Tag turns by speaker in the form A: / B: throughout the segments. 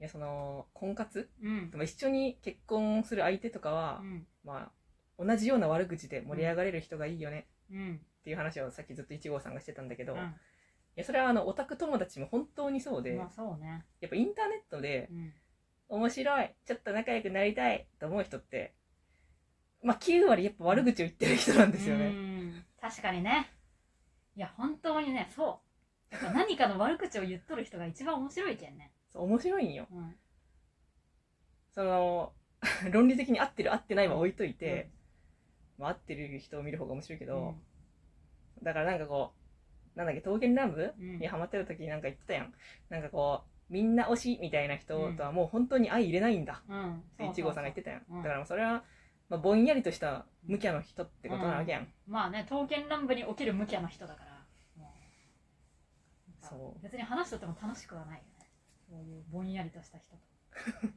A: いや、その、婚活
B: うん
A: で。も一緒に結婚する相手とかは、
B: うん。
A: まあ、同じような悪口で盛り上がれる人がいいよね
B: うん。
A: っていう話をさっきずっと1号さんがしてたんだけど、
B: う
A: い
B: ん
A: や、それはあの、オタク友達も本当にそうで、
B: まあそうね。
A: やっぱインターネットで
B: う、ん。
A: 面白い、ちょっと仲良くなりたいと思う人って、まあ9割やっぱ悪口を言ってる人なんですよ
B: う
A: ね。
B: ん。確かにね。いや、本当にね、そう。やっぱ何かの悪口を言っとる人が一番面白いけんね。
A: そう面白いんよ。
B: うん。
A: その、 論理的に合ってる合ってないは置いといて、まあ合ってる人を見る方が面白いけ
B: うん、
A: ど、だからなんかこう、なんだっけ、刀剣乱舞
B: うん。
A: にハマってる時になんか言ってたやん。なんかこう、みんな推しみたいな人とはもう本当に相入れないんだ
B: うん。
A: って一号さんが言ってたやん。
B: う
A: だ
B: ん
A: からもうそれは、まあ、ぼんやりとした無キャの人ってことなわけやん。
B: まあね、刀剣乱舞における無キャな人だから。もう
A: そう
B: 別に話しとっても楽しくはないよね。そういうぼんやりとした人と。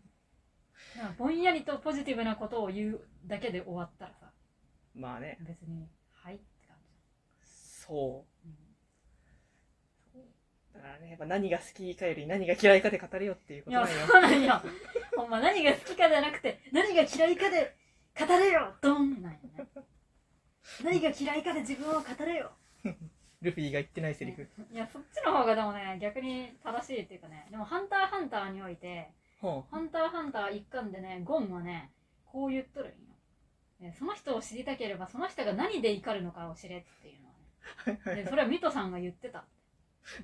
B: だからぼんやりとポジティブなことを言うだけで終わったらさ、
A: まあね、
B: 別に、はいって感
A: そ
B: じ。うん
A: う。だからね、やっぱ何が好きかより何が嫌いかで語れよっていうこ
B: い
A: とな
B: や、
A: んよ。
B: そうなんよ。ほんま、何が好きかじゃなくて、何が嫌いかで語れよドンなんよね。何が嫌いかで自分を語れよ。
A: ルフィが言ってないセリフ。
B: いや、そっちの方がでもね、逆に正しいっていうかね、でも、ハンターハンターにおいて、
A: ほ
B: ハンターハンター一巻でね、ゴンはね、こう言っとるんよ。えその人を知りたければ、その人が何で怒るのかを知れっていうのはね。で、それはミトさんが言ってた。
A: う。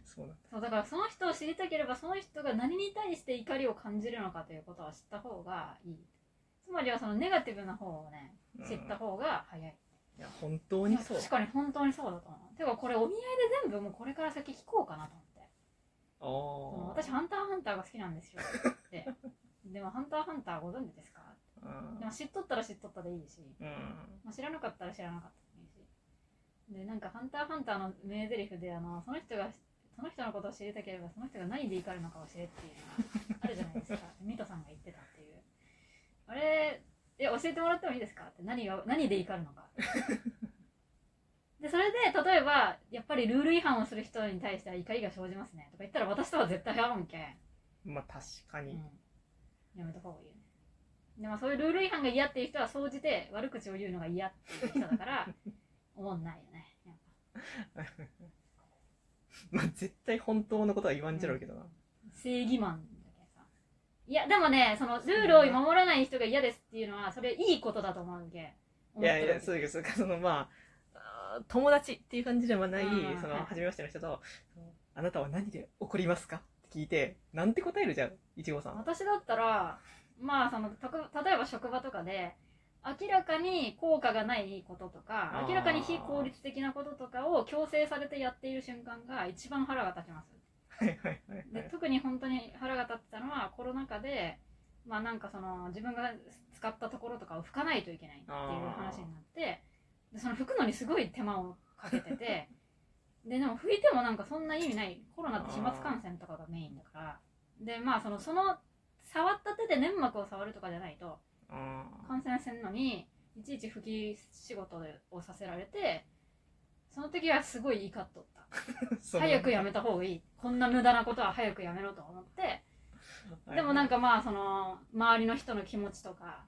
A: そうなんだ。
B: そうだからその人を知りたければその人が何に対して怒りを感じるのかということは知った方がいいつまりはそのネガティブな方をね
A: うん
B: 知った方が早い、
A: いや、本当にそう。
B: 確かに本当にそうだと思うてかこれお見合いで全部もうこれから先聞こうかなと思ってそ
A: あ
B: の
A: あ。
B: 私ハンターハンターが好きなんですよ ってでもハンターハンターご存知ですかでも知っとったら知っとったでいいし、
A: うん。うん。
B: まあ、知らなかったら知らなかったでいいしでなんか「ハンターハンター」の名台詞であのその人がその人のことを知りたければその人が何で怒るのかを知れっていうのがあるじゃないですか ミトさんが言ってたっていうあれいや教えてもらってもいいですかって何が何で怒るのかでそれで例えばやっぱりルール違反をする人に対しては怒りが生じますねとか言ったら私とは絶対合わんけん
A: まあ確かに。
B: うん、やめた方がいいよねでもそういうルール違反が嫌っていう人は総じて悪口を言うのが嫌っていう人だから 思んないよねやっぱ
A: まあ絶対本当のことは言わんじゃろうけどな。
B: 正義マンだけどさいやでもねそのルールを守らない人が嫌ですっていうのはそれいいことだと思うけ
A: いやいや、そう
B: う
A: だけど、そうか、そのまあ、あー友達っていう感じではない、
B: うん
A: そ
B: はい
A: の、初めましての人と、そのあなたは何で怒りますかって聞いて、なんて答えるじゃん、いちごさん。
B: 私だったらまあそのとく例えば職場とかで明らかに効果がないこととか
A: あー
B: 明らかに非効率的なこととかを強制されてやっている瞬間が一番腹が立ちます
A: はいはいはいは
B: で
A: い。
B: 特に本当に腹が立ってたのはコロナ禍で、まあ、なんかその自分が使ったところとかを拭かないといけないっていう話になってでその拭くのにすごい手間をかけてて ででも拭いてもなんかそんな意味ないコロナって飛沫感染とかがメインだからでまあそのその触った手で粘膜を触るとかじゃないと
A: あ
B: 感染せんのにいちいち拭き仕事をさせられてその時はすごい怒っとった。
A: ーその
B: 早くやめた方がいいこんな無駄なことは早くやめろと思って
A: はい
B: でもなんかまあその周りの人の気持ちとか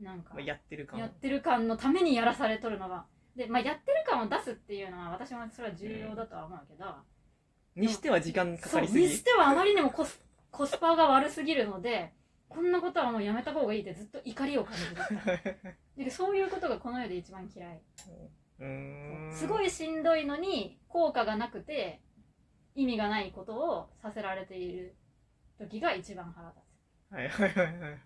B: なんか
A: まあやってるかも。
B: やってる感のためにやらされとるのがで、まあ、やってる感を出すっていうのは私もそれは重要だとは思うけど、
A: にしては時間か
B: そ
A: か
B: う
A: りす
B: に
A: ぎ。
B: してはあまりにもコスコスパが悪すぎるのでこんなことはもうやめた方がいいってずっと怒りを感じて たでそういうことがこの世で一番嫌い
A: うーん。
B: すご
A: い。
B: いしんどいのに効果がなくて意味がないことをさせられている時が一番腹立
A: はいはいはいはいはい。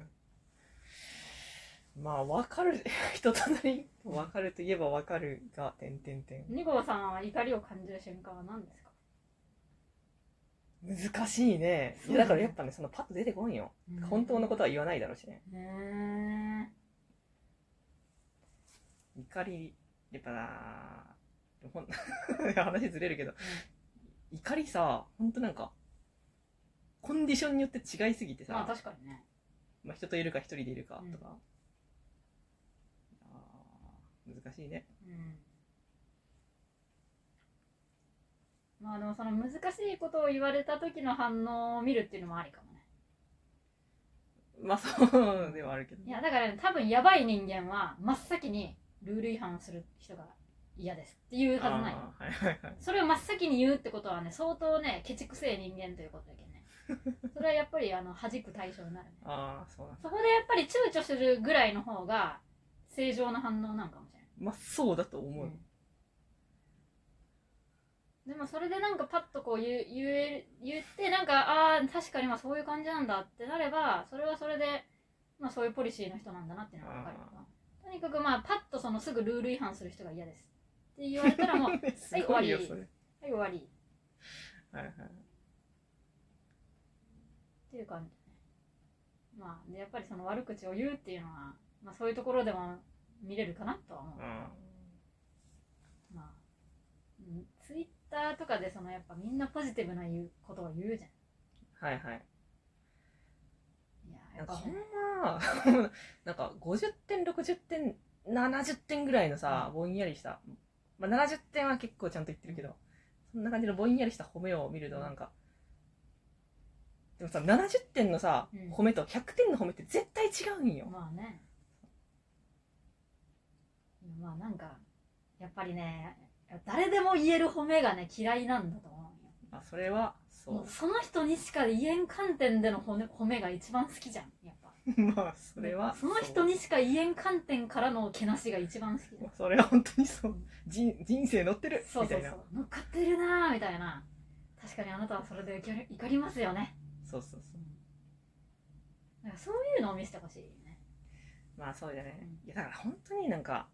A: まあ、わかる、 人となり、わかるといえばわかるが、てんてんてん
B: つ。二号さんは怒りを感じる瞬間は何ですか、
A: 難しいね。いや、だからやっぱね、そのパッと出てこんよ。本当のことは言わないだろうしね。
B: へえ
A: 怒り、やっぱなほん いや話ずれるけど、怒りさ、ほんとなんか、コンディションによって違いすぎてさ、
B: まあ確かにね
A: まあ、人といるか一人でいるかとか、あー難しいね。
B: うんまあでもその難しいことを言われた時の反応を見るっていうのもありかもね
A: まあそうではあるけど
B: いやだから、ね、多分やばい人間は真っ先にルール違反をする人が嫌ですっていうはずない
A: あーはいはいはい
B: それを真っ先に言うってことはね相当ねケチくせえ人間ということだけどねそれはやっぱりあの弾く対象になるね
A: ああそうなん
B: そこでやっぱり躊躇するぐらいの方が正常な反応なんかもしれない
A: まあそうだと思う、
B: でもそれでなんかパッとこう言う言え言ってなんかああ確かにまあそういう感じなんだってなればそれはそれで、まあ、そういうポリシーの人なんだなっていうのが分かるからとにかくまあパッとそのすぐルール違反する人が嫌ですって言われたらもうはい
A: すごいよ
B: 終わり
A: それはい
B: 終わりっ
A: はい
B: ていう感じまあでやっぱりその悪口を言うっていうのは、まあ、そういうところでも見れるかなとは思う
A: うん
B: まあ、ツイッターとかでそのやっぱみんなポジティブな言うことを言うじゃ
A: はいはい
B: ん。いや、
A: な
B: やっ
A: ん
B: ぱ
A: か
B: ほ
A: ほ
B: ん
A: んま なんか50点60点70点ぐらいのさぼんやりした、まあ、70点は結構ちゃんと言ってるけどそんな感じのぼんやりした褒めを見るとなんかでもさ70点のさ
B: うん
A: 褒めと100点の褒めって絶対違うんよ、
B: まあね。まあなんか、やっぱりね、誰でも言える褒めがね、嫌いなんだと思うよ。
A: まあ、それはそ
B: もう
A: う
B: その人にしか言えん観点での褒め褒めが一番好きじゃん、やっぱ。
A: まあそれは
B: その
A: そ
B: 人
A: う
B: にしか言えん観点からのけなしが一番好きだ
A: まあそれは本当にそう人人生乗ってる
B: そう
A: み
B: そ
A: た
B: う
A: い
B: そ
A: な
B: う。乗っかってるなぁ、みたいな。確かにあなたはそれで怒り怒りますよね。
A: そうそうそう
B: なんかそういうのを見せてほしいよね。
A: まあそうだね
B: う。
A: いやだから本当になんか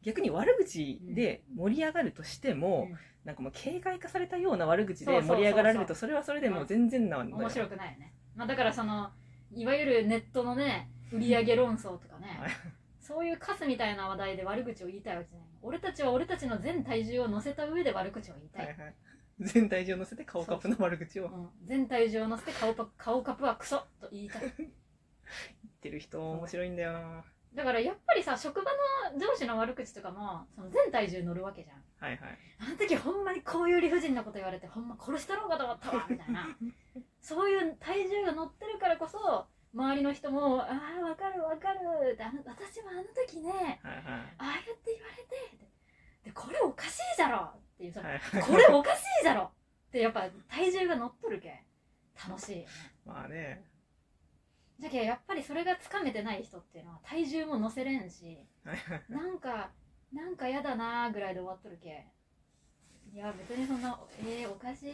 A: 逆に悪口で盛り上がるとしても、
B: うん
A: なんかもう形骸化されたような悪口
B: そう
A: で
B: そうそうそう
A: 盛り上がられるとそれはそれでもう全然なのよ
B: 面白くないよね、まあ、だからそのいわゆるネットのね売り上げ論争とかね
A: はい
B: そういうカスみたいな話題で悪口を言いたいわけじゃない俺たちは俺たちの全体重を乗せた上で悪口を言いた、
A: はいいはい。全体上乗せて顔カップの悪口を
B: う
A: 言っ
B: ん、全体重を乗せて顔パ顔カップはクソと言いたい
A: てる人面白いんだよな。
B: だからやっぱりさ職場の上司の悪口とかもその全体重乗るわけじゃん
A: はいはい。
B: あの時ほんまにこういう理不尽なこと言われてほんま殺したろうかと思ったわみたい なそういう体重が乗ってるからこそ周りの人も「ああわかるわかる」ってあの私もあの時ね
A: はいは
B: ああやって言われてってでこれおかしいじゃろっていうその
A: い。はい
B: これおかしいじゃろってやっぱ体重が乗っとるけん楽しいよね
A: まあね。
B: じゃけやっぱりそれがつかめてない人っていうのは体重も乗せれ んし
A: はいはい
B: なんか、なんかやだなーぐらいで終わっとるけ。いや、別にそんな、えー、おかしい。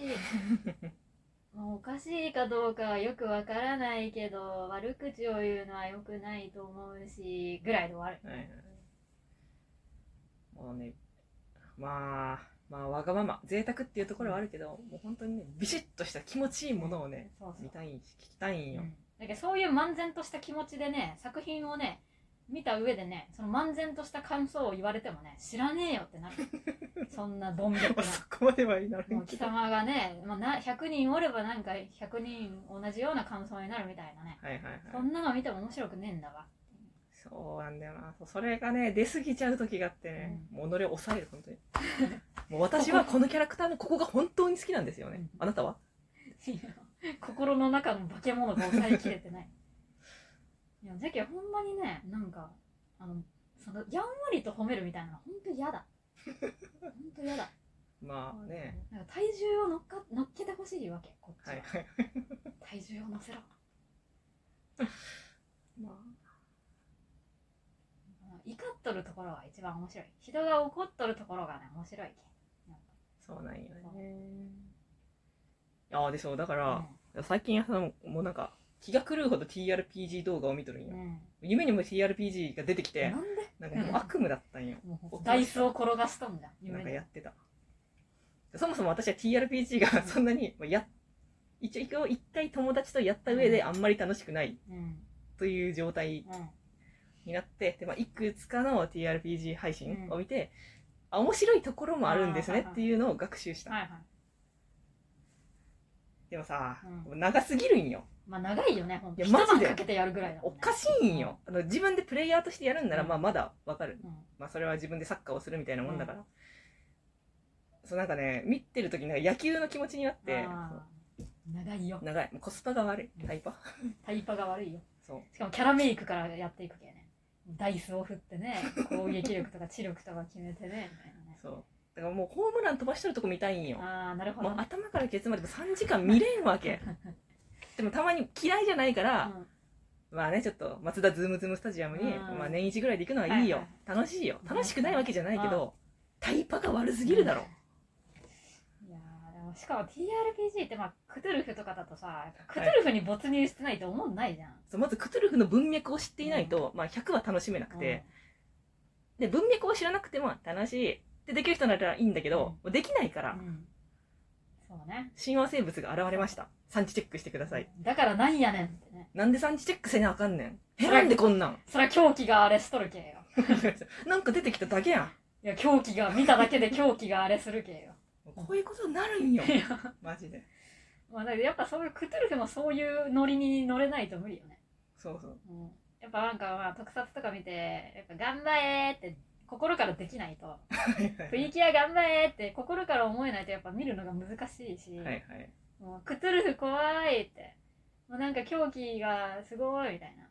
B: もうおかしいかどうかはよくわからないけど、悪口を言うのはよくないと思うし、ぐらいで終わる。
A: はいはい。もうね、まあ、まあわがまま、贅沢っていうところはあるけど、もう本当にね、ビシッとした気持ちいいものをね、
B: そうそう
A: 見たいし、聞きたいんよ。
B: だけどそういう漫然とした気持ちでね、作品をね、見た上でね、その漫然とした感想を言われてもね、知らねえよっ てなる。そんなどんび
A: ま
B: く
A: あ
B: な。
A: そこまではいな
B: も
A: る
B: う
A: け
B: 貴
A: ど。
B: 様がね、まあ、な100人おればなんか100人同じような感想になるみたいなね。
A: はいはいはい。
B: そんなの見ても面白くねえんだわ。
A: そうなんだよな。そうそれがね、出過ぎちゃう時があってね、もう己を抑える、本当に。も う私はこのキャラクターのここが本当に好きなんですよね。あなたは
B: 心の中の化け物が抑えきれてない。いや、じゃけほんまにね、なんか、あの、その、やんわりと褒めるみたいなの、ほんと嫌だ。ほんと嫌だ。
A: まあね。
B: なんか体重を乗っか、乗っけてほしいわけ、こっちは。
A: はいはい。
B: 体重を乗せろ。
A: まあ、
B: 怒っとるところが一番面白い。人が怒っとるところがね、面白いけ。
A: そうなんよね。
B: そう
A: ああ、でそう、だから、最近さ、もうなんか、気が狂うほど TRPG 動画を見とるん
B: う
A: よ。
B: ん。
A: 夢にも TRPG が出てき
B: うん
A: て
B: な、んで
A: なんかもう悪夢だったんよ。
B: もう、ダイスを転がしとんじゃん、
A: なん
B: 夢
A: かや
B: で。
A: ってた。そもそも私は TRPG がそんなに、まあや、一応一回友達とやった上であんまり楽しくない
B: うん。
A: という状態
B: うん。
A: になって、でまあ、いくつかの TRPG 配信を見て、あ、面白いところもあるんですねっていうのを学習した。
B: はいはい。
A: でもさ、
B: う
A: 長すぎるんよ。
B: まあ長いよね、ほん
A: い
B: と。
A: や
B: 一晩
A: マジで
B: かけてやるぐらいだも
A: お
B: ん、ね。
A: かしいんよ。あの自分でプレイヤーとしてやるんなら、
B: うん
A: まあまだわかる。
B: うん。
A: まあそれは自分でサッカーをするみたいなもんだから。そうなんかね、見てるときなんか野球の気持ちになって、
B: あー長いよ。
A: 長い。もうコスパが悪い。タイパ。
B: タイパが悪いよ。
A: そう
B: しかもキャラメイクからやっていくけねダイスを振ってね攻撃力とか知力とか決めてねみたいなね
A: そうだからもうホームラン飛ばしてるとこ見たいんよ
B: ああなるほ
A: も
B: ど
A: う
B: ね、
A: 頭からケツまでも3時間見れんわ けでもたまに嫌いじゃないから、まあねちょっとマツダズームズームスタジアムに、
B: うん
A: まあ、年一ぐらいで行くのはいいよ、
B: はい
A: 楽しいよ
B: うん
A: 楽しくないわけじゃないけど、タイパが悪すぎるだろ、
B: うんいやーでもしかも TRPG ってまあクトゥルフとかだとさやっぱクトゥルフに没入してないと思んないじゃん、
A: そうまずクトゥルフの文脈を知っていないと、まあ、100は楽しめなくて、で文脈を知らなくても楽しいってできる人ならいいんだけど、できないか
B: う
A: ら
B: ん、うんそうね
A: 神話生物が現れました産地チェックしてください
B: だからなんやねんってね
A: なんで産地チェックせなあかんねんへなんでこんなん
B: そりゃ狂気があれしとるけよ
A: なんか出てきただけやん
B: いや狂気が見ただけで狂気があれするけよ
A: こういうことになるんよ
B: いや
A: マジで
B: まあ、だけどやっぱそういうクトゥルフもそういうノリに乗れないと無理よね、
A: そうそう
B: うん、やっぱなんかまあ特撮とか見てやっぱ頑張れーって心からできないと
A: はいは
B: プリ
A: い
B: キュア頑張れーって心から思えないとやっぱ見るのが難しいし、
A: はいはい
B: もうクトゥルフ怖いってもうなんか狂気がすごいみたいな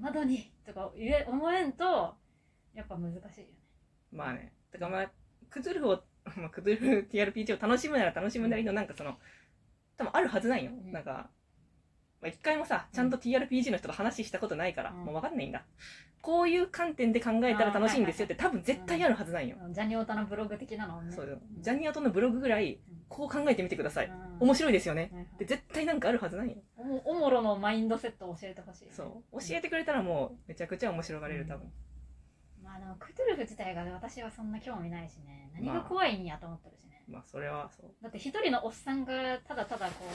B: 窓にとか言え思えんとやっぱ難しいよね
A: まあねだからまあクトゥルフを、 まあ、クトゥルフ TRPG を楽しむなら楽しむなりのなんかその多分あるはずないよ、
B: うん
A: なんかまあ一回もさちゃんと TRPG の人と話したことないから、
B: うん
A: もう分かんないんだこういう観点で考えたら楽しいんですよって多分絶対あるはずないよ、
B: ジャニオタのブログ的なのをね
A: そうよジャニアトのブログぐらいこう考えてみてください、
B: うん
A: 面白いですよね
B: はいはい
A: で絶対なんかあるはずないよ
B: おもおもろのマインドセットを教えてほしい、
A: そう教えてくれたらもうめちゃくちゃ面白がれる多分、
B: まあでもクトゥルフ自体が私はそんな興味ないしね何が怖いんやと思ってるしね、
A: まあそれはそう
B: だって一人のおっさんがただただこ